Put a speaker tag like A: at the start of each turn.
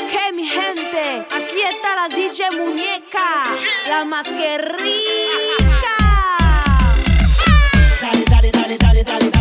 A: que mi gente? Aquí está la DJ Muñeca, la más que rica.
B: Dale, dale, dale, dale, dale,